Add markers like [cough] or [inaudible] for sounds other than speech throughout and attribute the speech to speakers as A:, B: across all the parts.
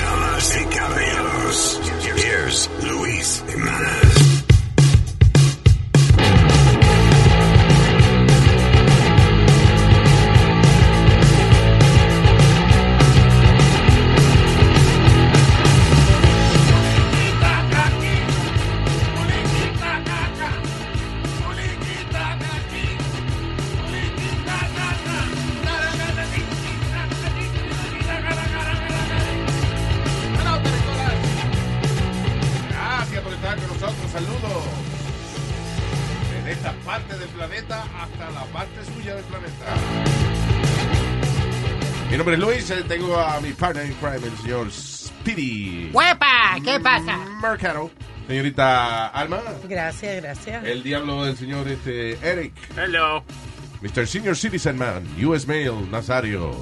A: Damas y caballeros, here's Luis Jimenez.
B: Gracias por estar con nosotros. Saludos. Desde esta parte del planeta hasta la parte suya del planeta. Mi nombre es Luis. eh, Tengo a mi partner en crime, el señor Speedy
C: ¡Huepa! ¿Qué pasa?
B: Mercado. Señorita Alma.
C: Gracias, gracias.
B: El diablo del señor este, Eric.
D: Hello.
B: Mr. Senior Citizen Man. US Mail. Nazario.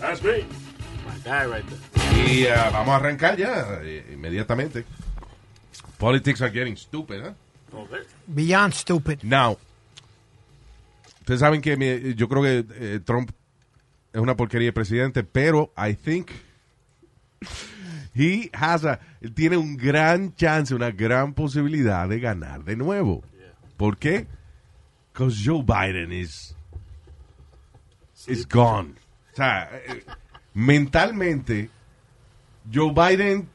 D: That's me. My guy right there.
B: Y eh, vamos a arrancar ya eh, inmediatamente. Politics are getting stupid, ¿eh?
D: Okay.
E: Beyond stupid.
B: Now, ustedes saben que mi- yo creo que eh, Trump es una porquería de presidente, pero I think [laughs] he has a- tiene un gran chance, una gran posibilidad de ganar de nuevo. ¿Por qué? Because Joe Biden is, is gone. O sea, eh, mentalmente, Joe Biden,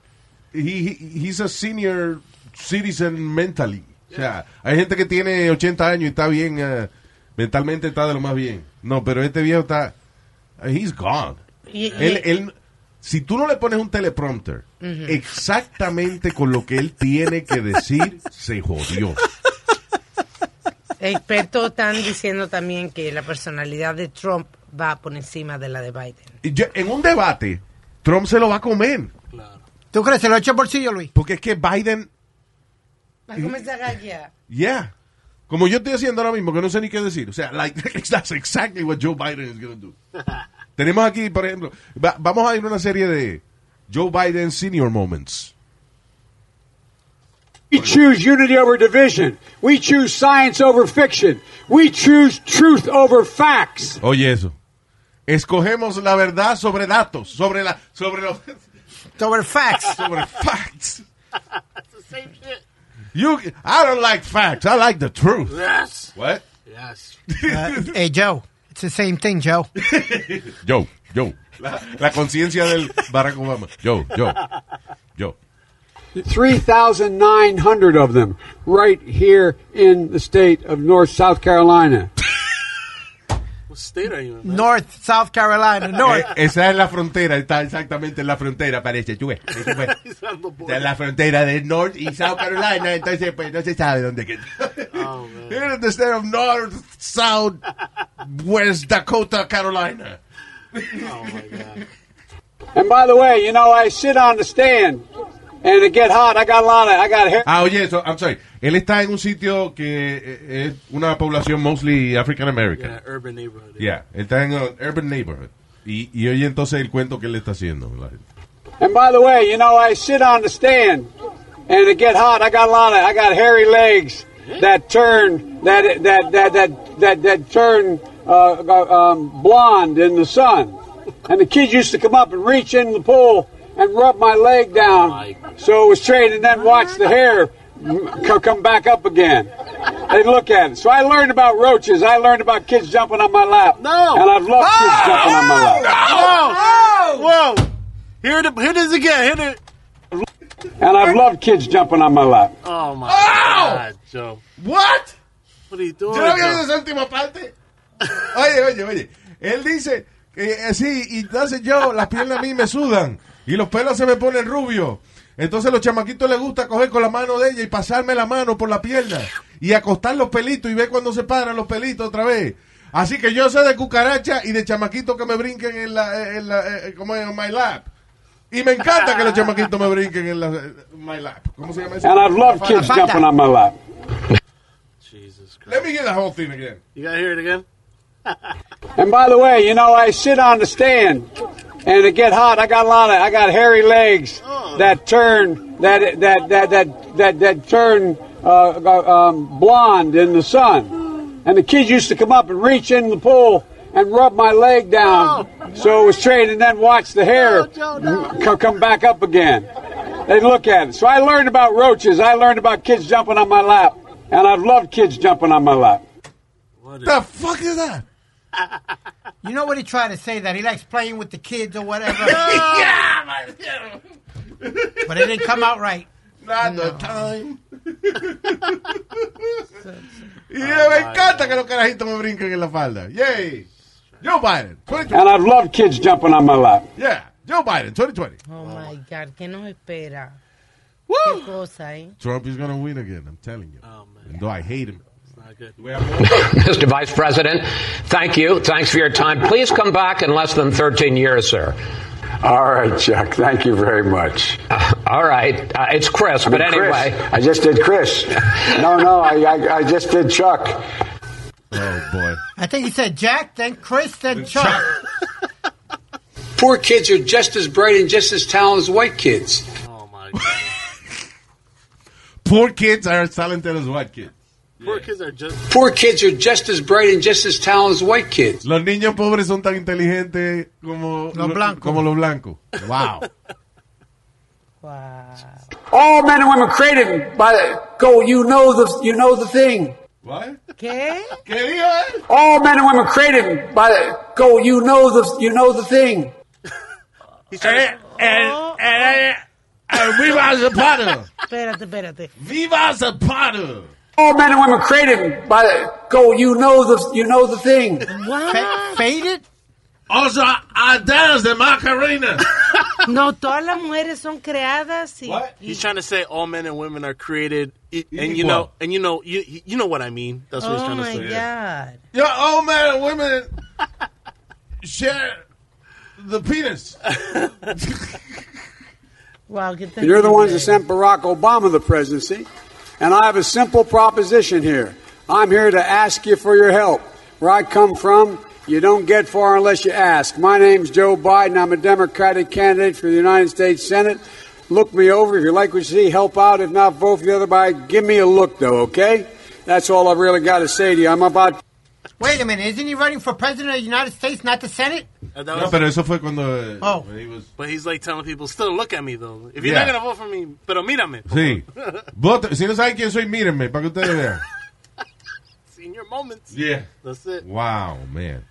B: he, he- he's a senior citizen mentally. O sea, hay gente que tiene 80 años y está bien, eh, mentalmente está de lo más bien. No, pero este viejo está, he's gone.
C: Y- y-
B: Él, él- si tú no le pones un teleprompter, exactamente con lo que él tiene que decir, se jodió.
C: Expertos están diciendo también que la personalidad de Trump va por encima de la de Biden.
B: Y yo- en un debate, Trump se lo va a comer.
E: ¿Tú crees? ¿Se lo ha hecho el bolsillo, Luis?
B: Porque es que Biden,
C: Va a comenzar allá.
B: yeah. Como yo estoy haciendo ahora mismo, que no sé ni qué decir. O sea, like, [laughs] that's exactly what Joe Biden is going to do. Tenemos aquí, por ejemplo, va- vamos a ir a una serie de Joe Biden senior moments.
F: We choose unity over division. We choose science over fiction. We choose truth over facts.
B: Oye eso. Escogemos la verdad sobre datos, sobre la, sobre los, [laughs]
E: Sobre facts.
B: sobre facts.
D: It's the same shit.
B: You, I don't like facts. I like the truth.
D: Yes.
B: What?
D: Yes.
E: Uh, hey, Joe. It's the same thing, Joe.
B: Yo, yo. La, la conciencia del Barack Obama. Yo, yo, yo.
F: 3,900 of them right here in the state of North South Carolina.
D: What state are you in? man?
E: North, South Carolina,
B: Eh,
E: North.
B: esa es la frontera, está exactamente en la frontera, parece. Tú ves,
E: [laughs]
B: tú ves.
D: He's on the border.
B: Está en la frontera de North y South Carolina, entonces pues no se sabe dónde queda.
D: Oh,
B: [laughs]
D: man.
B: Here in the state of North, South, West Dakota, Carolina.
D: Oh, my God.
F: And by the way, you know, I sit on the stand and it get hot. I got a lot of, I got hair.
B: Ah, oye, eso, I'm sorry. Él está en un sitio que eh, es una población mostly African American.
D: Yeah, urban neighborhood.
B: Yeah, él está en un urban neighborhood. Y, y oye entonces el cuento que él está haciendo. la gente.
F: And by the way, you know, I sit on the stand and it get hot. I got a lot of, I got hairy legs that turn, that, that, that, that, that, that turn uh, uh, um, blonde in the sun. And the kids used to come up and reach in the pool and rub my leg down so it was straight and then watch the hair m- co- come back up again. They'd look at it. So I learned about roaches. I learned about kids jumping on my lap.
D: No.
F: And I've loved kids jumping on my lap.
D: Oh,
E: Oh!
D: Whoa! Here it, here it is again. Hit it.
F: And I've loved kids jumping on my lap.
D: Oh, my God, Joe.
B: What?
D: What are you doing?
B: ¿Tú no vieron
D: Joe?
B: esa última parte? Oye, oye, oye. Él dice que así, y entonces yo, las piernas a mí me sudan y los pelos se me ponen rubios. Entonces los chamaquitos les gusta coger con la mano de ella y pasarme la mano por la pierna y acostar los pelitos y ver cuando se paran los pelitos otra vez. Así que yo sé de cucaracha y de chamaquitos que me brinquen en la, en la- eh, como en my lap. Y me encanta que los chamaquitos me brinquen en la, eh, my lap. ¿Cómo se llama eso?
F: And I've loved kids
E: Falda.
F: jumping on my lap.
D: Jesus Christ.
B: Let me hear the whole thing again.
D: You gotta hear it again?
F: And by the way, you know, I sit on the stand, and it get hot. I got a lot of, I got hairy legs that turn that that that that that that turn uh, uh, um, blonde in the sun. And the kids used to come up and reach in the pool and rub my leg down, so it was straight, and then watch the hair co- come back up again. They look at it. So I learned about roaches. I learned about kids jumping on my lap, and I've loved kids jumping on my lap.
B: The fuck is that?
E: You know what he's trying to say? That he likes playing with the kids or whatever. but it didn't come out right.
B: Not
E: [laughs]
B: the time. y me encanta que los carajitos me brinquen en la falda. Yay. Joe Biden, 2020.
F: And I've loved kids jumping on my lap.
B: Yeah, Joe Biden, 2020.
C: Oh, my God, ¿qué nos espera? Qué cosa, ¿eh?
B: Trump is going to win again, I'm telling you.
D: Oh, man.
B: And though I hate him.
D: It's not good.
G: [laughs] Mr. Vice President, thank you. Thanks for your time. Please come back in less than 13 years, sir. [laughs]
H: All right, Chuck. Thank you very much.
F: [laughs]
G: Uh, all right. Uh, it's Chris, but
H: Chris,
G: anyway.
H: I just did Chris. No, no, I, I, I just did Chuck.
B: Oh, boy.
E: I think he said Jack, then Chris, then Chuck.
F: Poor kids are just as bright and just as talented as white kids.
D: Oh, my God.
B: Poor kids are as talented as white kids.
D: Poor kids are just.
F: Poor kids are just as bright and just as talented as white kids.
B: Los niños pobres son tan inteligentes como
E: Los blancos.
B: Como los blancos.
E: [laughs]
B: Wow.
C: Wow.
F: All men and women created by the, go. You know the you know the thing.
B: What?
C: ¿Qué?
B: ¿Qué dijo él?
F: All men and women created by the, go. You know the you know the thing.
B: Viva Zapata!
C: Espérate, espérate.
B: Viva Zapata!
F: All men and women created by the, go. You know the you know the thing.
E: Fa- faded?
B: Also, I dance the Macarena.
C: No, todas las mujeres son creadas y...
B: What?
C: y-
D: He's trying to say all men and women are created, e- and you
B: Equal.
D: know, and you know, you you know what I mean. That's what he's
C: Oh,
D: trying to
C: my
D: say.
C: God.
B: Your old man and women share the penis.
C: Wow, ¿qué te
F: You're the ones that sent Barack Obama the presidency. And I have a simple proposition here. I'm here to ask you for your help. Where I come from, you don't get far unless you ask. My name's Joe Biden. I'm a Democratic candidate for the United States Senate. Look me over. If you like what you see, help out. If not, vote for the other by. Give me a look, though, okay? That's all I've really got to say to you. I'm about.
E: Wait a minute, isn't he running for president of the United States, not the Senate?
D: And that
B: No,
D: was-
B: pero eso fue cuando eh,
E: Oh.
B: when he was-
D: but he's like telling people, still look at me though. If you're
B: Yeah.
D: not gonna vote for me, pero mírame.
B: [laughs] Sí. Vote- si no saben quién soy, mírenme para que ustedes vean.
D: In your moments.
B: [laughs] Yeah.
D: That's it.
B: Wow, man.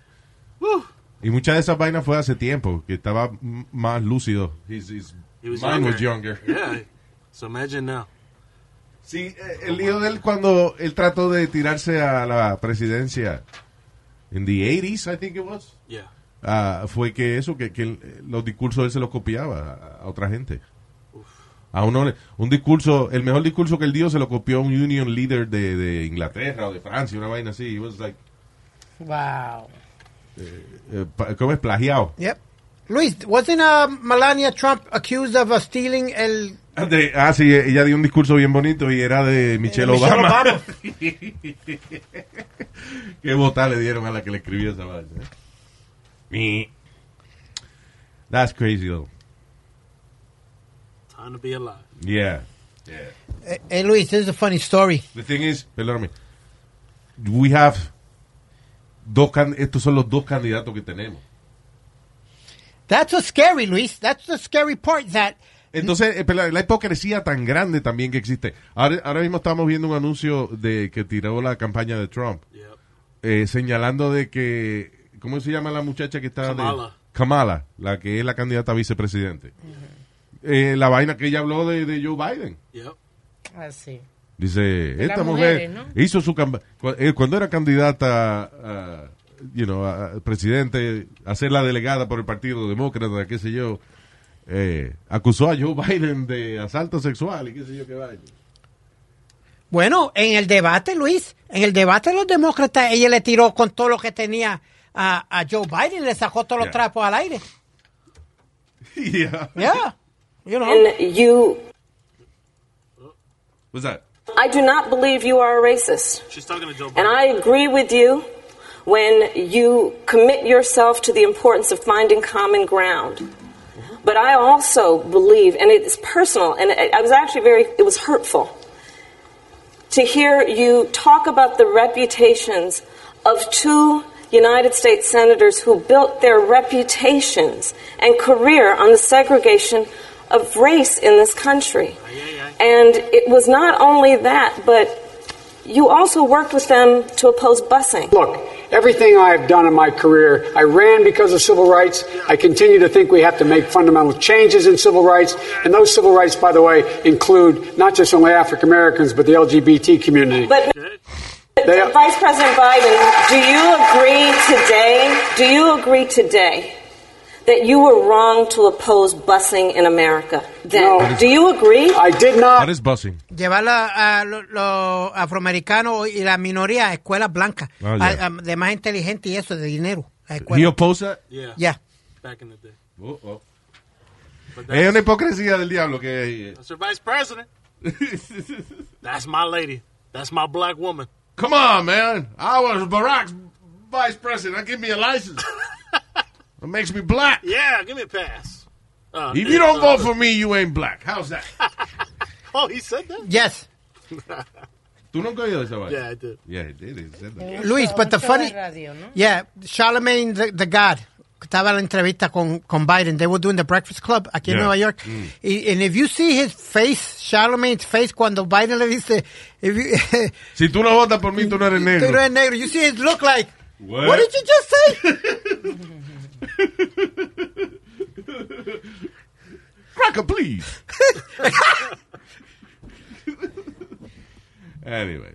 D: Woo.
B: Y muchas de esas vainas fue hace tiempo, que estaba m- más lúcido. His, his
D: He was
B: mind
D: younger.
B: was younger.
D: Yeah. So imagine now.
B: [laughs] Sí, eh, el hijo de él cuando él trató de tirarse a la presidencia en the 80s, I think it was.
D: Yeah.
B: Ah, fue que eso, que, que él- los discursos él se los copiaba a, a otra gente. A uno, le- un discurso, el mejor discurso que él dio se lo copió a un union leader de, de Inglaterra o de Francia, una vaina así. It was like,
C: Wow.
B: eh, pa- ¿Cómo es? Plagiado.
E: Yep. Luis, wasn't uh, Melania Trump accused of uh, stealing el
B: De- ah, sí, ella dio un discurso bien bonito y era de Michelle,
E: Eh, Michelle
B: Obama.
E: Obama?
B: [laughs] Qué botada le dieron a la que le escribió esa vaina. Mi. That's crazy, though.
D: Time to be alive.
B: Yeah.
E: Eh, Hey, Luis, this is a funny story.
B: The thing is, perdóname, we have dos can- estos son los dos candidatos que tenemos.
E: That's what's scary, Luis. That's the scary part that
B: Entonces, eh, perdón, la hipocresía tan grande también que existe. Ahora, ahora mismo estamos viendo un anuncio de que tiró la campaña de Trump,
D: Yep.
B: eh, señalando de que, ¿cómo se llama la muchacha que está? de-
D: Kamala.
B: Kamala, la que es la candidata a vicepresidente. Eh, la vaina que ella habló de, de Joe Biden.
D: Yep.
C: Así.
B: Dice, esta
C: las
B: mujer
C: mujeres, ¿no?
B: hizo su campa- cu- eh, cuando era candidata a, you know, a- a presidente, a ser la delegada por el Partido Demócrata, qué sé yo, eh, acusó a Joe Biden de asalto sexual y qué sé yo qué vaina. [laughs]
E: Bueno, en el debate, Luis, en el debate de los demócratas, ella le tiró con todo lo que tenía a, a Joe Biden, le sacó todos
B: Yeah.
E: los trapos al aire.
B: Yeah.
E: Yeah, you know.
I: And you
B: What's that?
I: I do not believe you are a racist.
J: She's talking to Joe Biden.
I: And I agree with you when you commit yourself to the importance of finding common ground. But I also believe, and it's personal, and I I was actually very, it was hurtful to hear you talk about the reputations of two United States senators who built their reputations and career on the segregation of race in this country. And it was not only that, but you also worked with them to oppose busing.
F: Look, everything I've done in my career, I ran because of civil rights. I continue to think we have to make fundamental changes in civil rights. And those civil rights, by the way, include not just only African Americans, but the LGBT community.
I: But Vice President Biden, do you agree today? Do you agree today that you were wrong to oppose busing in America? Then, do you agree?
F: I did not.
B: What is busing?
E: Llevar a, a lo- los afroamericanos y la minoría a escuelas blancas,
B: Oh, yeah.
E: a- a- de más inteligente y eso, de dinero. a escuelas.
B: He opposed that?
J: Yeah.
E: Yeah.
J: Back in the day.
B: Uh-oh.
J: But
B: Es
J: that's,
B: una hipocresía del diablo que... eh.
J: that's her vice president. that's my lady. That's my black woman.
B: [laughs] Come on, man. I was Barack's vice president. Give me a license. It makes me black.
J: Yeah, give me a pass. Uh,
B: If you don't
J: uh,
B: vote for me, you ain't black. How's that?
J: Oh, he said that?
E: Yes.
B: [laughs] ¿Tú nunca oído esa vaina?
J: Yeah, I did.
B: Yeah, it did. It said that.
E: Luis, but the funny... Yeah, Charlemagne the, the God. que Estaba en la entrevista con, con Biden. They were doing the Breakfast Club aquí en
B: Yeah.
E: Nueva York.
B: Mm.
E: Y, and if you see his face, Charlemagne's face, cuando Biden le dice, if you,
B: [laughs] Si tú no votas por mí, tú no eres negro.
E: tú no eres negro, you see his look like,
B: What?
E: what, did you just say?
B: [laughs] Cracker,
E: [laughs]
B: please. anyway.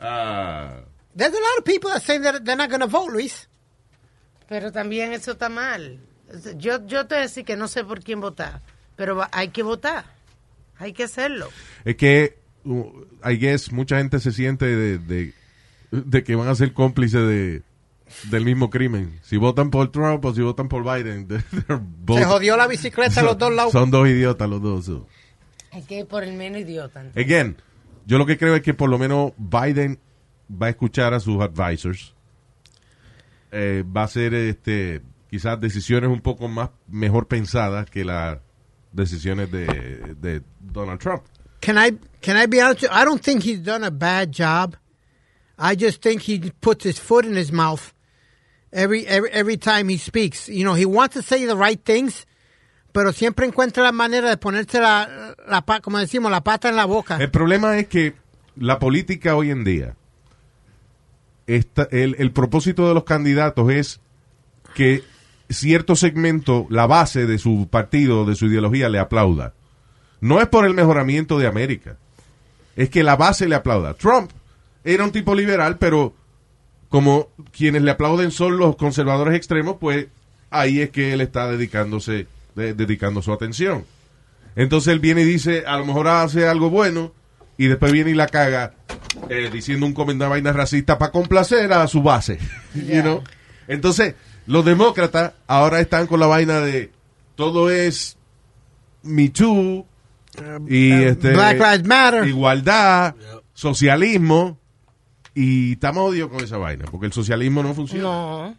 B: Ah,
E: There's a lot of people that saying that they're not going to vote, Luis.
C: Pero también eso está mal. Yo, yo te voy a decir que no sé por quién votar, pero va- hay que votar. Hay que hacerlo.
B: es que, uh, I guess, mucha gente se siente de, de, de que van a ser cómplices de, del mismo crimen. Si votan por Trump o si votan por Biden, [laughs] they're both-
E: Se jodió la bicicleta a los dos lados.
B: Son dos idiotas los dos. so.
C: Hay que ir por el menos idiota.
B: Again, yo lo que creo es que por lo menos Biden va a escuchar a sus advisors. Eh, va a hacer este, quizás decisiones un poco más mejor pensadas que las decisiones de, de Donald Trump.
E: Can I can I be honest? With you? I don't think he's done a bad job. I just think he puts his foot in his mouth every every every time he speaks. You know, he wants to say the right things, pero siempre encuentra la manera de ponerse la la pa- como decimos la pata en la boca.
B: El problema es que la política hoy en día, está- el, el propósito de los candidatos es que cierto segmento, la base de su partido, de su ideología, le aplauda. No es por el mejoramiento de América, es que la base le aplauda. Trump era un tipo liberal, pero como quienes le aplauden son los conservadores extremos, pues ahí es que él está dedicándose, de- dedicando su atención. Entonces él viene y dice, a lo mejor hace algo bueno, y después viene y la caga eh, diciendo un comentario vaina racista para complacer a su base. [laughs] you know? Entonces, los demócratas ahora están con la vaina de todo es Me Too y
E: um,
B: este,
E: Black Lives Matter.
B: igualdad, socialismo, y estamos odios con esa vaina, porque el socialismo no funciona.
C: No.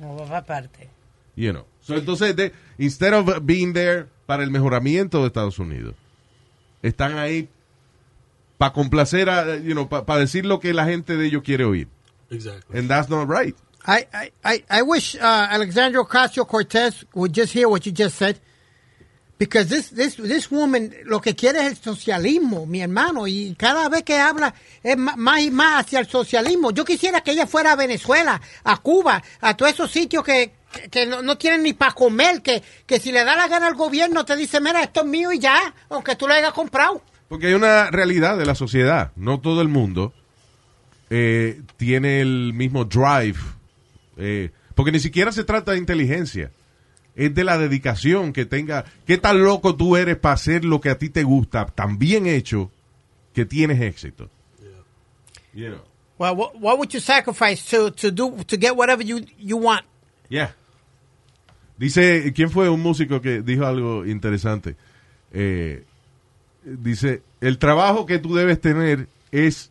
C: No va para parte.
B: You know. So, entonces, de- instead of being there para el mejoramiento de Estados Unidos, están ahí para complacer, a, you know, para decir lo que la gente de ellos quiere oír.
J: Exactly.
B: And that's not right.
E: I I, I, I wish uh, Alexandria Ocasio Cortez would just hear what you just said. Because this, this, this woman lo que quiere es el socialismo, mi hermano, y cada vez que habla es ma- más y más hacia el socialismo. Yo quisiera que ella fuera a Venezuela, a Cuba, a todos esos sitios que, que- que no, no tienen ni para comer, que, que si le da la gana al gobierno te dice, mira, esto es mío y ya, aunque tú lo hayas comprado.
B: Porque hay una realidad de la sociedad. No todo el mundo eh, tiene el mismo drive. eh, porque ni siquiera se trata de inteligencia. Es de la dedicación que tenga. ¿Qué tan loco tú eres para hacer lo que a ti te gusta, tan bien hecho, que tienes éxito? You know.
E: Well, what, what would you sacrifice to, to do, to get whatever you, you want?
B: Yeah. Dice, ¿quién fue un músico que dijo algo interesante? Eh, dice, el trabajo que tú debes tener es,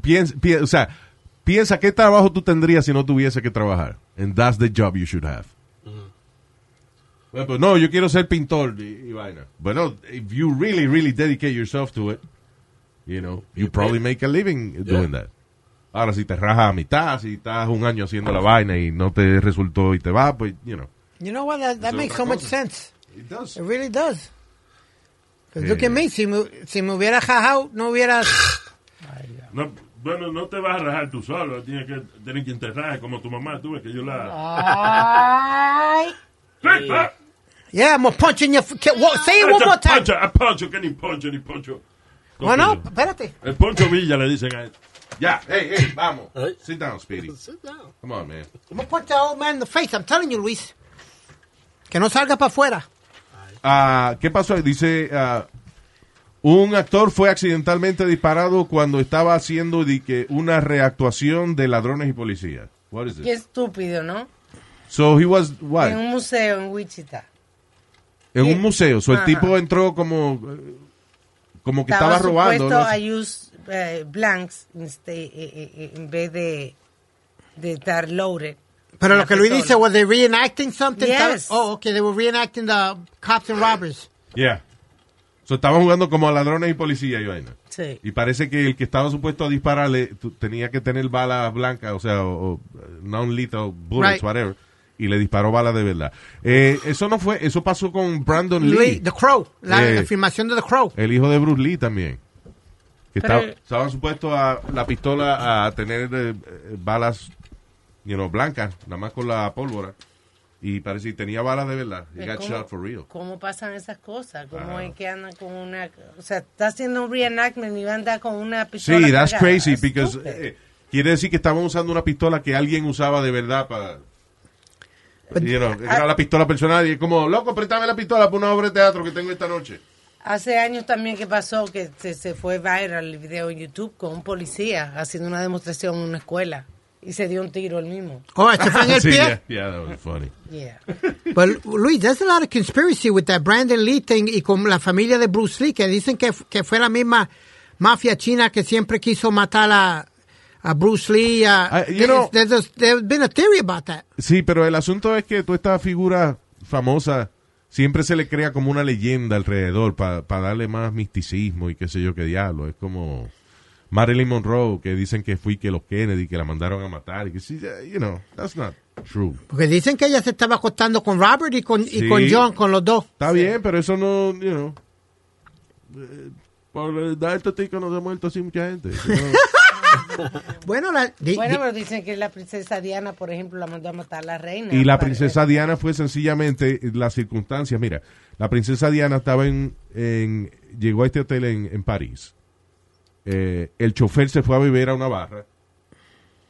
B: piensa, pien- o sea, piensa qué trabajo tú tendrías si no tuviese que trabajar. And that's the job you should have. Bueno, pues, no, yo quiero ser pintor y, y vaina. Bueno, if you really, really dedicate yourself to it, you know, you probably make a living doing that. Ahora, si te rajas a mitad, si estás un año haciendo la vaina y no te resultó y te va, pues, you know.
E: You know what? That, that
B: Es
E: makes
B: otra
E: so much
B: cosa.
E: sense.
B: It does. Eh,
E: It really does. 'Cause
B: Sí.
E: Look at me. Si me, si me hubiera jajado, no hubiera.
K: No, bueno, no te vas a rajar tú solo. Tienes que tener quien te raje, como tu mamá. Tú ves que yo la...
E: Ay.
B: ah,
K: ¡Flipa!
E: Yeah, I'm gonna punch in your. f- ca- Whoa, say it one more time.
K: Poncho, a Poncho, que ni Poncho, ni Poncho.
E: No, no, espérate.
K: El Poncho Villa le dicen a él.
B: Ya, hey, hey, vamos. Sit down, Speedy. Sit down. Come on, man.
E: I'm gonna punch that old man in the face. I'm telling you, Luis. Que no salga para afuera.
B: Ah, ¿Qué pasó? Dice, ah, un actor fue accidentalmente disparado cuando estaba haciendo di que una reactuación de ladrones y policías. What is
C: Qué
B: it?
C: estúpido, ¿no?
B: So he was, what?
C: En un museo en Wichita.
B: En
E: Eh,
B: un museo. So el
C: Ajá.
B: tipo entró como, eh, como que estaba, robando.
C: supuesto
B: ¿no?
C: I use eh, blanks inste- eh, eh, eh, en vez de, de estar loaded.
E: Pero lo
C: La
E: que Luis
C: pistola.
E: dice, ¿were they reenacting something?
C: Yes.
E: Oh, okay, they were reenacting the cops and robbers.
B: Yeah. So estaban jugando como a ladrones y policías y vaina.
E: Sí.
B: Y parece que el que estaba supuesto a dispararle tu- tenía que tener balas blancas, o sea, o, o, eh, non-lethal bullets,
E: Right.
B: whatever. Y le disparó balas de verdad. Eh, eso no fue, eso pasó con Brandon Lee.
E: Lee, the Crow, la,
B: Eh.
E: la filmación de The Crow.
B: El hijo de Bruce Lee también. Que
E: Pero-
B: estaba, estaban supuestos a la pistola a tener eh, eh, balas you know, blancas, nada más con la pólvora. Y parece que tenía balas de verdad. He
C: Pero
B: got shot for real.
C: ¿Cómo pasan esas cosas? ¿Cómo
B: Ah.
C: es que andan con una... O sea, está haciendo un reenactment y va a andar con una pistola.
B: Sí, that's
C: cargada?
B: crazy because
C: Stupid.
B: eh, quiere decir que estaban usando una pistola que alguien usaba de verdad para you know, era la pistola personal y es como, loco, préstame la pistola para una obra de teatro que tengo esta noche.
C: Hace años también que pasó que se, se fue viral el video en YouTube con un policía haciendo una demostración en una escuela y se dio un tiro el mismo.
E: Oh, este
B: [laughs]
E: fue en el
B: Sí,
E: pie.
B: yeah, yeah, that was funny. [laughs]
C: Yeah.
E: But Luis, there's a lot of conspiracy with that Brandon Lee thing y con la familia de Bruce Lee, que dicen que, que fue la misma mafia china que siempre quiso matar a, a Bruce Lee. A,
B: I- you know-
E: there's, there's, there's been a theory about that.
B: Sí, pero el asunto es que toda esta figura famosa siempre se le crea como una leyenda alrededor para darle más misticismo y qué sé yo qué diablo. Es como Marilyn Monroe que dicen que fui que los Kennedy que la mandaron a matar y que sí, you know, that's not true.
E: Porque dicen que ella se estaba acostando con Robert y con, y
B: Sí.
E: con John, con los dos.
B: Está bien, pero eso no, you know. eh, Por dar este tico no se ha muerto así mucha gente.
E: Bueno, la, di-
C: Bueno,
E: di-
C: pero dicen que la princesa Diana, por ejemplo, la mandó a matar a la reina.
B: y la
C: Para-
B: princesa Diana fue sencillamente eh, las circunstancias. Mira, la princesa Diana estaba en, en- llegó a este hotel en, en París. Eh, el chofer se fue a beber a una barra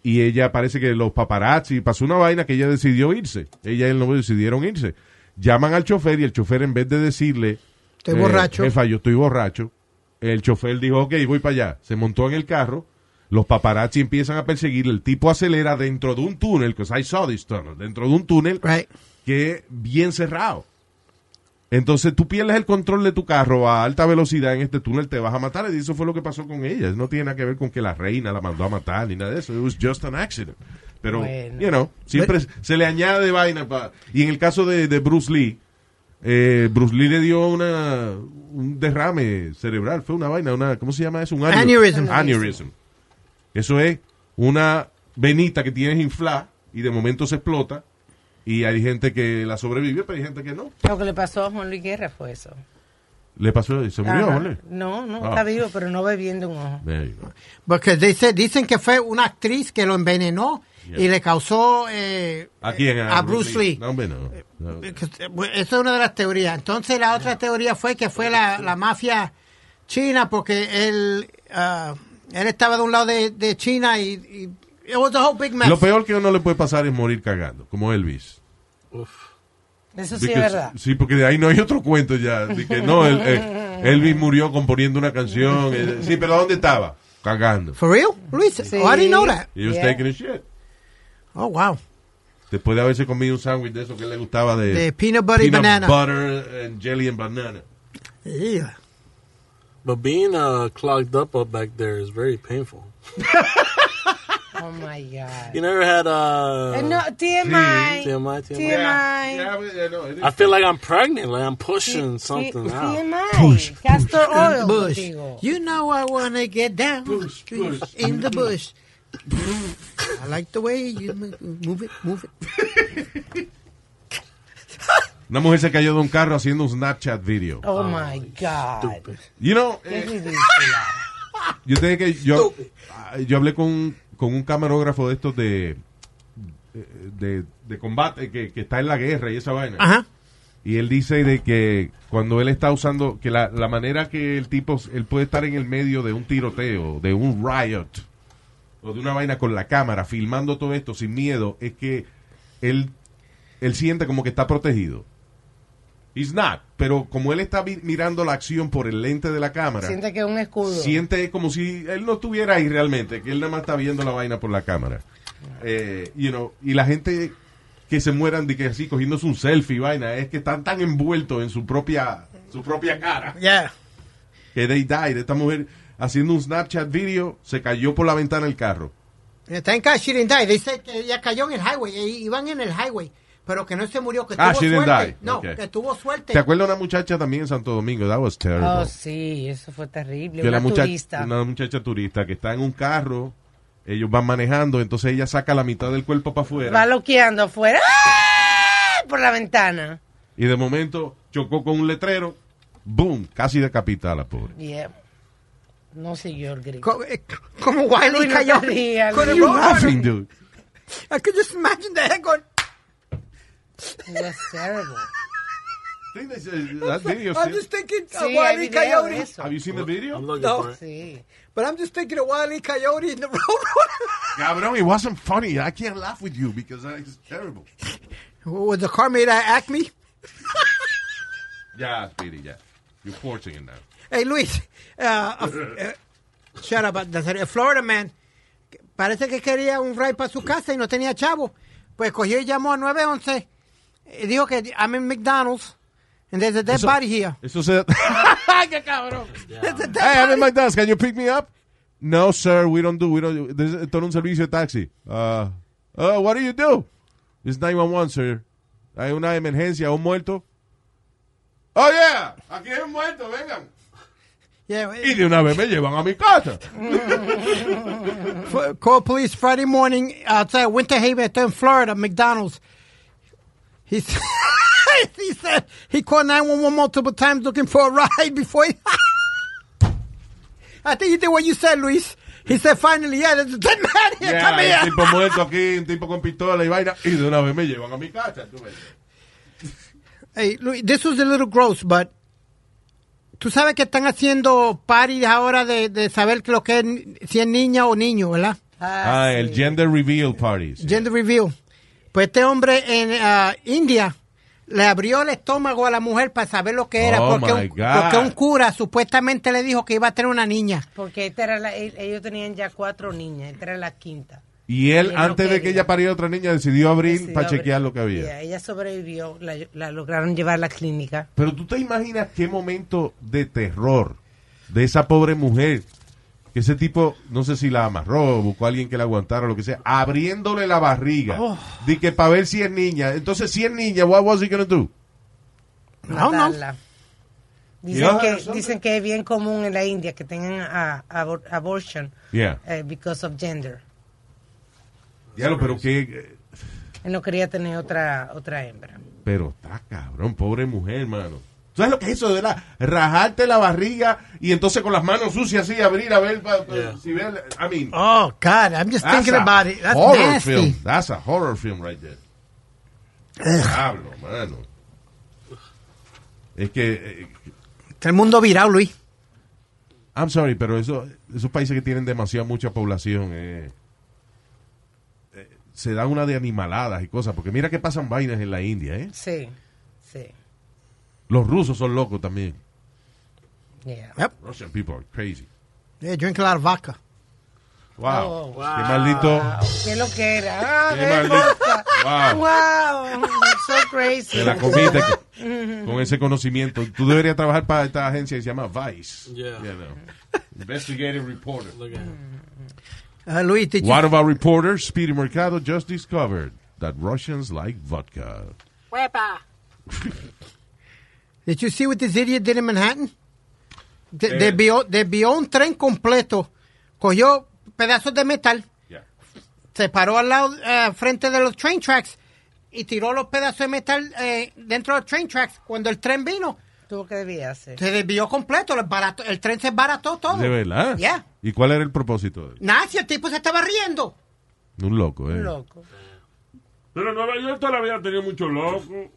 B: y ella parece que los paparazzi pasó una vaina que ella decidió irse. Ella y el novio decidieron irse. Llaman al chofer y el chofer en vez de decirle eh,
E: Estoy borracho.
B: jefa, yo estoy borracho. El chofer dijo, ok, voy para allá. Se montó en el carro. Los paparazzi empiezan a perseguir. El tipo acelera dentro de un túnel, que I saw this tunnel, dentro de un túnel que es bien cerrado. Entonces tú pierdes el control de tu carro a alta velocidad en este túnel, te vas a matar. Y eso fue lo que pasó con ella. No tiene nada que ver con que la reina la mandó a matar ni nada de eso. It was just an accident. Pero,
K: Bueno.
B: you know, siempre se le añade vaina. pa- y en el caso de, de Bruce Lee, eh, Bruce Lee le dio una, un derrame cerebral. Fue una vaina, una, ¿cómo se llama eso? Un aneur-
E: Aneurysm.
B: Aneurysm. Eso es una venita que tienes inflada y de momento se explota. Y hay gente que la sobrevivió, pero hay gente que no.
C: Lo que le pasó a Juan Luis Guerra fue eso.
B: Le pasó y se murió,
C: Ajá.
B: ¿vale?
C: No, no,
B: Ah.
C: está vivo, pero no bebiendo un ojo.
B: There you go.
E: porque dice- dicen que fue una actriz que lo envenenó y
B: Yeah.
E: le causó... eh,
B: ¿A quién?
E: A Bruce Lee. eh,
B: No, hombre, no. No.
E: Bueno, Esa es una de las teorías. Entonces, la otra teoría fue que fue la, la mafia china porque él, ah, él estaba de un lado de, de China y, y it was a whole big mess.
B: Lo peor que uno le puede pasar es morir cagando, como Elvis.
C: Eso sí
B: Because- [laughs]
C: es verdad.
B: Sí, porque de ahí no hay otro cuento ya. De que no, el- eh, Elvis murió componiendo una canción. eh, Sí, pero ¿dónde estaba? Cagando.
E: For real? Luis, oh, I didn't know that.
B: He was taking a shit.
E: Oh, wow.
B: Después de haberse comido un sándwich de eso que le gustaba de...
E: De peanut butter y banana.
B: butter and jelly and banana.
E: Yeah.
J: But being uh, clogged up up back there is very painful.
C: Oh my God.
J: You never had uh,
C: Eh, no, TMI.
J: TMI, TMI.
C: TMI.
J: I feel like I'm pregnant. Like I'm pushing something out.
C: TMI. Castor oil.
E: Bush.
C: contigo.
E: You know I want to get down in the bush. I like the way you mo- move it, move it.
B: Una mujer se cayó de un carro haciendo un Snapchat video.
C: Oh, my God.
B: You know, eh,
C: Qué ridícula.
B: yo te dije que yo, ah, yo hablé con, con un camarógrafo de estos de, de, de combate que, que está en la guerra y esa vaina.
E: Ajá.
B: Y él dice de que cuando él está usando, que la, la manera que el tipo, él puede estar en el medio de un tiroteo, de un riot, o de una vaina con la cámara, filmando todo esto sin miedo, es que él, él siente como que está protegido. He's not, pero como él está vi- mirando la acción por el lente de la cámara,
C: Siente que es un escudo.
B: siente como si él no estuviera ahí realmente, que él nada más está viendo la vaina por la cámara. Eh, you know, y la gente que se mueran de que así cogiéndose un selfie y vaina, es que están tan envueltos en su propia su propia cara.
E: Yeah.
B: que they died. Esta mujer haciendo un Snapchat video se cayó por la ventana del carro.
E: Está en Cash Didn't Die. Dice que ella cayó en el highway. i- Iban en el highway. Pero que no se murió. Que
B: Ah,
E: tuvo
B: she didn't
E: suerte.
B: die.
E: No,
B: Ok.
E: que tuvo suerte.
B: ¿Te acuerdas de una muchacha también en Santo Domingo? That was terrible.
C: Oh, sí, eso fue terrible.
B: que
C: Una
B: la mucha-
C: turista.
B: una muchacha turista que está en un carro, ellos van manejando, entonces ella saca la mitad del cuerpo para afuera
C: Va loqueando afuera. ¡Ah! Por la ventana.
B: y de momento chocó con un letrero, boom, casi decapita a la pobre.
C: Yeah. No siguió el grito.
E: Co- eh, Como Wiley
C: Luis, no
E: cayó.
C: te rías,
E: Con el
C: Luis.
B: You
E: roadrunner.
B: laughing, dude.
E: I could just imagine the head going,
C: That's terrible.
B: Think this is- that video
E: I'm
B: still-
E: just thinking of
C: Sí, hay
E: Wiley
C: video
E: Coyote.
C: de eso.
B: Have you seen the video?
E: No,
C: Sí.
E: but I'm just thinking of Wiley Coyote in the [laughs] roadrunner.
B: Cabrón, it wasn't funny. I can't laugh with you because it's terrible.
E: Was the car made at Acme?
B: Ya, Speedy, ya. You're forcing it now.
E: Hey, Luis. Uh, a- eh, shut up. Nazario. A Florida man. Parece que quería un ride para su casa y no tenía chavo. Pues cogió y llamó a 911. Y dijo que I'm in McDonald's and there's a dead body here.
B: Eso se... [laughs]
E: ¡Ay, qué cabrón! There's a dead
B: Hey, I'm in
E: body.
B: McDonald's. Can you pick me up? No, sir. We don't do. We don't. This is todo un servicio de taxi. Uh, uh, what do you do? It's 911, sir. Hay una emergencia, un muerto. Oh yeah, aquí hay un muerto. Vengan.
E: Yeah,
B: Y de una vez me llevan a mi casa.
E: F- Called police Friday morning outside Winter Haven, esto en Florida, McDonald's. He, s- [laughs] he said he called 911 multiple times looking for a ride [laughs] before he. I think he did what you said, Luis. He said, finally, yeah, there's a dead [laughs] man here.
B: Yeah,
E: Come
B: un
E: here.
B: tipo muerto aquí, un tipo con pistola y vaina. Y de una vez me llevan a mi casa. tú ves.
E: Hey, Luis, this was a little gross, but. Tú sabes que están haciendo parties ahora de, de saber que lo que es, ni- si es niña o niño, ¿verdad?
B: Ah, el gender reveal party. sí.
E: Gender review. Pues este hombre en ah, India le abrió el estómago a la mujer para saber lo que era,
B: Oh,
E: porque,
B: my
E: un,
B: God.
E: porque un cura supuestamente le dijo que iba a tener una niña.
C: Porque esta era la- el- ellos tenían ya cuatro niñas. Esta era la quinta.
B: Y
C: Y
B: él,
C: él no
B: antes de que
C: quería.
B: ella pariera otra niña, decidió abrir
C: Decidió
B: para
C: abrir.
B: chequear lo que había.
C: Yeah, ella sobrevivió. La, la lograron llevar a la clínica.
B: Pero tú te imaginas qué momento de terror de esa pobre mujer. Que ese tipo, no sé si la amarró, buscó a alguien que la aguantara o lo que sea, abriéndole la barriga.
C: Oh.
B: De que para ver si es niña. Entonces, si es niña, what was he gonna do?
E: No, no.
C: matarla.
B: Yeah.
C: Dicen, que, dicen que es bien común en la India que tengan a, abor- abortion
B: Yeah.
C: eh, because of gender.
B: Diablo, pero qué.
C: Él no quería tener otra otra hembra.
B: Pero está cabrón, pobre mujer, mano. ¿Tú sabes lo que es eso de la rajarte la barriga y entonces con las manos sucias así abrir a ver pa- pa- si ve la- I mean,
E: Oh, God, I'm just
B: that's
E: thinking
B: a
E: about it. That's
B: horror
E: nasty.
B: film. That's a horror film right there. Diablo, mano. Es que eh,
E: Está el mundo virado, Luis.
B: I'm sorry, pero eso, esos países que tienen demasiada mucha población eh, eh, se da una de animaladas y cosas, porque mira que pasan vainas en la India, ¿eh?
C: Sí, sí.
B: Los rusos son locos también.
C: Yeah.
E: Yep.
B: Russian people are crazy.
E: They drink a lot of vodka.
B: Wow.
C: Oh,
B: Qué maldito.
C: ¿Qué lo que era? Ah,
B: Qué
C: qué
B: maldito.
C: hermosa.
B: Wow.
C: Wow. So crazy.
B: Te la comiste con-
C: Ujú.
B: con ese conocimiento. Tú deberías trabajar para esta agencia que se llama Vice.
J: Yeah.
B: You know.
K: [laughs]
B: Investigative reporter.
E: Uh, Luis, did you-
B: What about reporters? Speedy Mercado just discovered that Russians like vodka.
E: Did you see what this idiot did in Manhattan? De-
B: Eh.
E: Desvió, desvió un tren completo, cogió pedazos de metal,
B: Yeah.
E: se paró al lado, eh, frente de los train tracks y tiró los pedazos de metal eh, dentro de los train tracks. Cuando el tren vino,
C: Tuvo que desviarse.
E: se desvió completo, el, barato- el tren se barató todo.
B: Oh, ¿De verdad?
E: Yeah.
B: ¿Y cuál era el propósito de él?
E: Nada, si el tipo se estaba riendo.
B: Un loco, ¿eh?
E: loco.
K: Pero Nueva York todavía ha tenido mucho loco.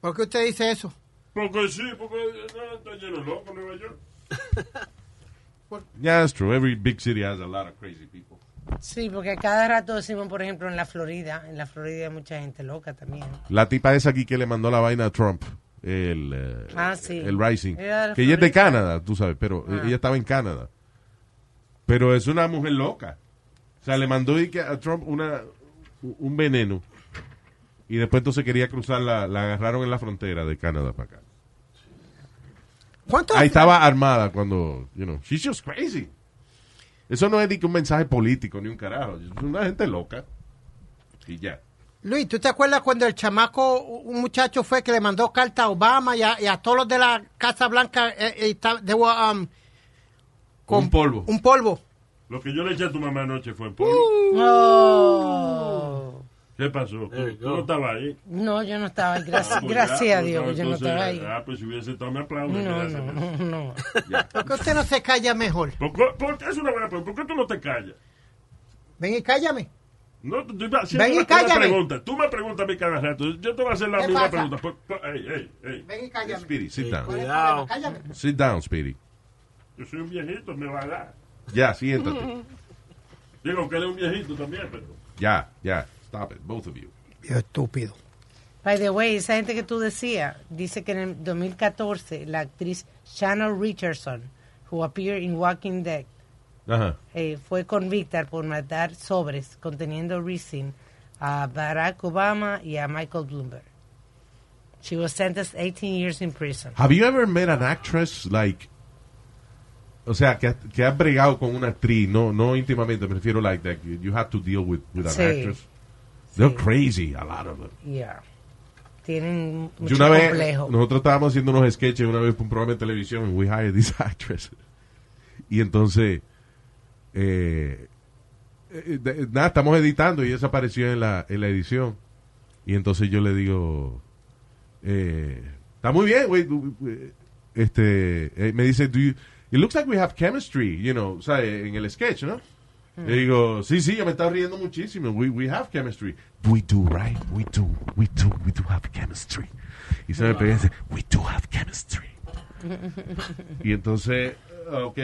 E: ¿Por qué usted dice eso?
K: Porque sí, porque eh, está lleno de loco Nueva
B: [laughs]
K: York.
B: Yeah, that's true. Every big city has a lot of crazy people.
C: Sí, porque a cada rato decimos, por ejemplo, en la Florida. En la Florida hay mucha gente loca también.
B: La tipa esa aquí que le mandó la vaina a Trump, el, eh,
C: Ah, sí.
B: el Rising,
C: Era Ah. de la
B: que ella es de
C: Florida.
B: Canadá, tú sabes, pero eh, ella estaba en Canadá. Pero es una mujer loca. O sea, le mandó y que a Trump una, un veneno. Y después entonces quería cruzar, la, la agarraron en la frontera de Canadá para acá.
E: ¿Cuánto?
B: Ahí estaba armada cuando, you know, she's just crazy. Eso no es ni que un mensaje político ni un carajo. Es una gente loca. Y ya.
E: Luis, ¿tú te acuerdas cuando el chamaco, un muchacho fue que le mandó carta a Obama y a, y a todos los de la Casa Blanca? eh, eh, ta- they were, um,
K: Con polvo.
E: un polvo.
K: Lo que yo le eché a tu mamá anoche fue en polvo.
C: Uh.
K: ¿Qué pasó? ¿Tú, tú no estabas ahí?
C: No, yo no estaba ahí. Gracias,
K: Ah, pues ya,
C: gracias a
K: pues,
C: Dios, yo no
K: entonces,
C: estaba ahí.
K: Ah, pues si hubiese estado me aplaude.
C: No,
K: gracias.
C: no, no.
E: ¿Por qué usted no se calla mejor?
K: ¿Por, qué- por qué es una buena pregunta? ¿Por qué tú no te callas?
E: Ven y cállame.
K: No, tú- tú ibas haciendo
E: Ven y
K: una- una
E: cállame.
K: pregunta. Tú me preguntas a mí cada rato. Yo te voy a hacer la
E: ¿Qué
K: misma
E: pasa?
K: pregunta. Por- por- ey, ey, ey.
E: Ven y cállame.
B: Speedy, sit down.
C: pues.
K: Cuidado.
E: Cállame.
B: Sit down, Speedy.
K: Yo soy un viejito, me va a dar.
B: Ya, siéntate.
C: [laughs]
K: Digo que eres un viejito también, pero...
B: Ya, ya. Stop it, both of you.
E: estúpido.
C: By the way, esa gente que tú decías, dice que en el 2014 la actriz Shannon Richardson, who appeared in Walking Dead,
B: Ajá.
C: eh, fue convicta por matar sobres conteniendo resin a Barack Obama y a Michael Bloomberg. She was sentenced 18 years in prison.
B: Have you ever met an actress like o sea, que, que has bregado con una actriz, no no íntimamente, me refiero like that you, you have to deal with with an
C: Sí.
B: actress. They're crazy, a lot of them.
C: Yeah. Tienen
B: Yo
C: mucho
B: una vez,
C: complejo.
B: nosotros estábamos haciendo unos sketches una vez para un programa de televisión, and we hired [laughs] this actress. Y entonces, eh, eh, de- nada, estamos editando y ella apareció en la, en la edición. Y entonces yo le digo, eh, está muy bien, güey. du- eh, Este, eh, me dice, Do you- it looks like we have chemistry, you know, o sea, eh, en el sketch, ¿no? Le digo, sí, sí, yo me estaba riendo muchísimo. We, we have chemistry. We do, right? We do, we do, we do have chemistry. Y se me pegó y dice, we do have chemistry. Y entonces, ok.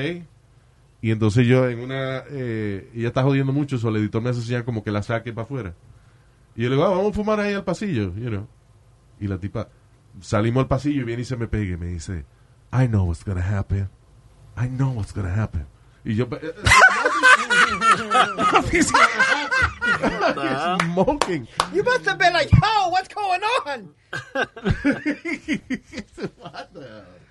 B: Y entonces yo en una... Eh, ella está jodiendo mucho, eso el editor me hace señal como que la saque para afuera. Y yo le digo, ah, vamos a fumar ahí al pasillo, you know. Y la tipa, salimos al pasillo y viene y se me pega y me dice, I know what's gonna happen. I know what's gonna happen. Y yo, eh, eh, smoking.
E: You must have been like, yo, Oh, what's going on?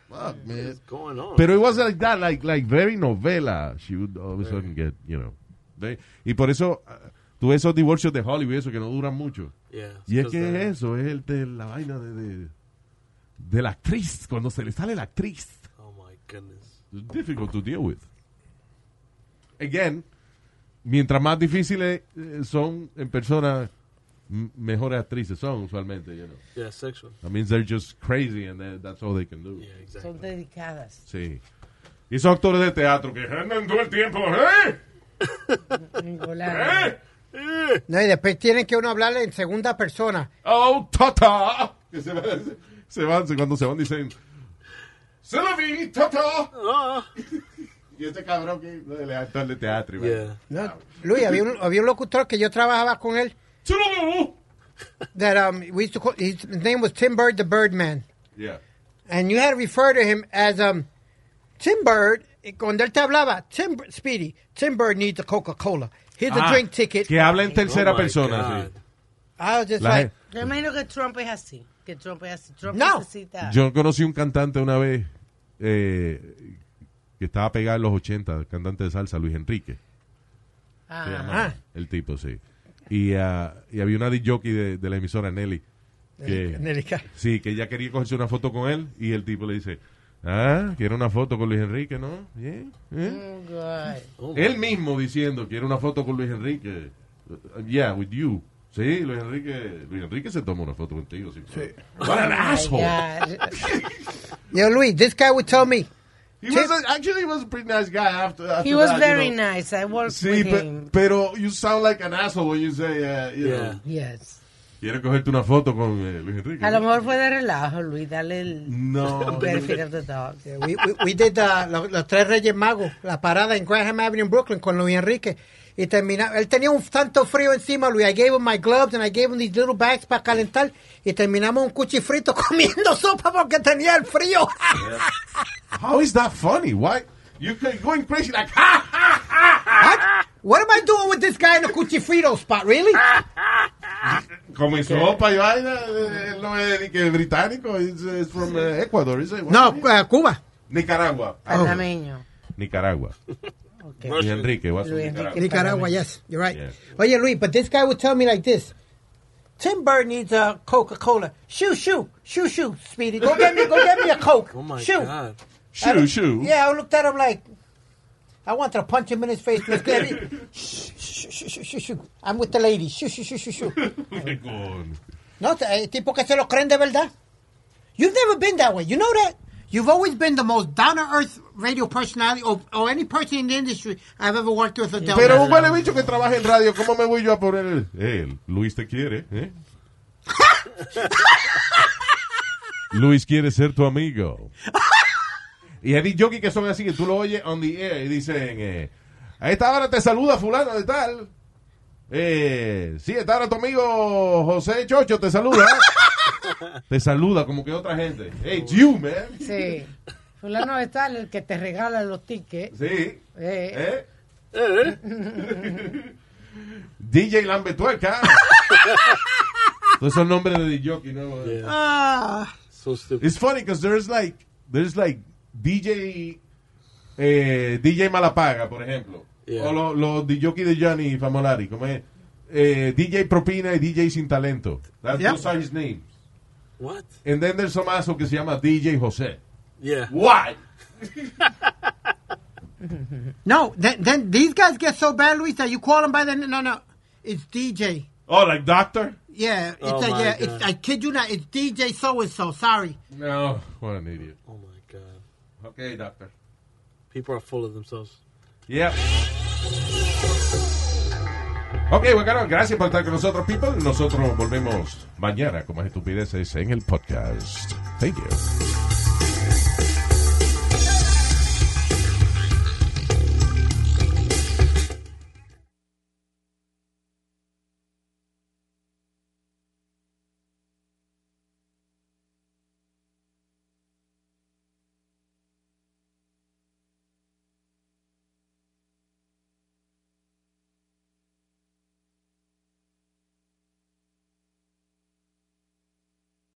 B: Fuck, man.
J: going on?
B: Pero it was like that, like, like very novela. She would all of a sudden get, you know. they- y por eso ah, tuve esos divorcios de Hollywood, y eso que no duran mucho.
J: Yeah,
B: y es
J: because
B: que
J: the-
B: eso, es el de la vaina de, de, de la actriz, cuando se le sale la actriz.
J: Oh my goodness.
B: It's difficult to deal with. Again, mientras más difíciles eh, son en persona, m- mejores actrices son usualmente, you know.
J: Yeah, sexual.
B: I mean, they're just crazy and that- that's all they can do.
C: Son dedicadas.
B: Sí. Y esos actores de teatro que andan todo el tiempo, ¿eh?
C: Engoladas.
E: No, y después tienen que uno hablarle en segunda persona.
B: ¡Oh, tata! Que se, van, se van, se- cuando se van dicen, ¡Sylvie, tata!
J: Ah,
B: Y este cabrón que le actor de teatro. y va.
E: No, Luis, había un, había un locutor que yo trabajaba con él. That um, we used to call, his name was Tim Bird, the Birdman.
B: Yeah.
E: and you had to refer to him as um, Tim Bird, eh, cuando él te hablaba, Tim, Speedy, Tim Bird needs a Coca-Cola. Here's a
B: Ah,
E: drink ticket.
B: Que habla en
J: Oh
B: tercera persona. sí.
E: I was just
B: La
E: like,
B: gen-
C: Yo imagino que Trump es así. Que Trump es así. Trump
E: No.
C: necesita.
B: Yo conocí un cantante una vez eh, que estaba pegado en los 80, el cantante de salsa, Luis Enrique. Se llama
E: Ah.
B: el tipo, sí. Y, ah, y había una disc jockey de, de la emisora, Nelly. Que,
E: Nelly Ca-
B: Sí, que ella quería cogerse una foto con él y el tipo le dice, ah, quiero una foto con Luis Enrique, ¿no? Bien, bien.
E: Mm.
C: Oh, God.
B: Él mismo diciendo, quiero una foto con Luis Enrique. Uh, yeah, with you. Sí, Luis Enrique, Luis Enrique se toma una foto contigo. Sí. What
E: Oh
B: an asshole. [laughs]
E: yo, Luis, this guy would tell me.
B: He was a- actually he was a pretty nice guy after, after
C: He was
B: that, you
C: very
B: know.
C: nice. I worked
B: Sí,
C: with
B: pe-
C: him.
B: pero you sound like an asshole when you say, uh, you know,
C: Yes.
B: quiero cogerte una foto con eh, Luis Enrique.
C: A lo mejor fue de relajo, Luis. Dale el [laughs]
B: No. Oh.
C: benefit of the doubt.
E: We, we, we did uh, lo- los, tres Reyes Magos, la parada en Graham Avenue en Brooklyn con Luis Enrique. Y terminaba, él tenía un tanto frío encima, Luis. I gave him my gloves and I gave him these little bags para calentar. Y terminamos un cuchifrito [laughs] comiendo sopa porque tenía el frío. [laughs]
B: How is that funny? Why? You're going crazy like, "Ah!" ha!
E: What am I doing with this guy in the cuchifrito
J: [laughs]
E: spot, really?
B: Como en sopa y vaina, eh, él no es ni que británico, es es from eh, Ecuador, is it?
E: No, eh, Cuba.
B: Nicaragua.
C: Ah,
B: Oh.
C: Panameño.
B: Nicaragua.
C: Okay.
B: Luis Enrique, what's
C: Luis
B: Nicaragua?
C: Enrique.
E: Nicaragua, yes, you're right.
B: Yes.
E: Oye, Luis, but this guy would tell me like this. Tim Bird needs a Coca-Cola. Shoo, shoo, shoo, shoo, Speedy. Go get me, go get me a Coke.
J: Oh my
E: shoo.
J: god.
B: Shoo, shoo. [laughs]
E: Yeah, I looked at him like, I want to punch him in his face. Let's get it. Shh, shh, shh, shh, shh, shh. I'm with the lady. Shoo, shoo, shoo, shoo, shoo.
B: Con-
E: No, t- eh, tipo que se lo creen de verdad. You've never been that way. You know that? You've always been the most down-to-earth radio personality or, or any person in the industry I've ever worked with. Adele.
B: Pero un huele bicho que trabaja en radio, ¿cómo me voy yo a poner el... Eh, Luis te quiere, ¿eh? [laughs] Luis quiere ser tu amigo. [laughs] Y hay jockey que son así, que tú lo oyes on the air y dicen, eh, a esta hora te saluda fulano de tal. Eh, sí, a esta hora tu amigo José Chocho te [laughs] saluda. te saluda como que otra gente. Hey, it's you, man.
C: Sí. Fulano de tal, el que te regala los tickets.
B: Sí.
C: Eh,
B: ¿Eh? [laughs] DJ [laughs] Lambetueca. Todos esos nombres de jockey, ¿no?
E: Ah.
J: So stupid.
B: It's funny because there's like there's like DJ eh, DJ Malapaga, por ejemplo.
J: Yeah.
B: O los lo de Jockey de Johnny Famolari, como es eh, DJ Propina y DJ Sin Talento. That,
J: Yeah.
B: Those are his names.
J: What?
B: And then there's some asshole que se llama DJ José.
J: Yeah.
B: Why?
E: No, then, then these guys get so bad, Luis, that you call them by the no, no, it's DJ.
B: Oh, like doctor?
E: Yeah, it's
B: Oh
E: a,
B: my
E: yeah,
B: God.
E: it's, I kid you not, it's DJ so and so. Sorry,
B: No. What an idiot.
J: Oh my god.
B: Okay, doctor.
J: People are full of themselves.
B: Yeah. Ok, bueno, gracias por estar con nosotros, people. Nosotros volvemos mañana con más estupideces en el podcast. Thank you.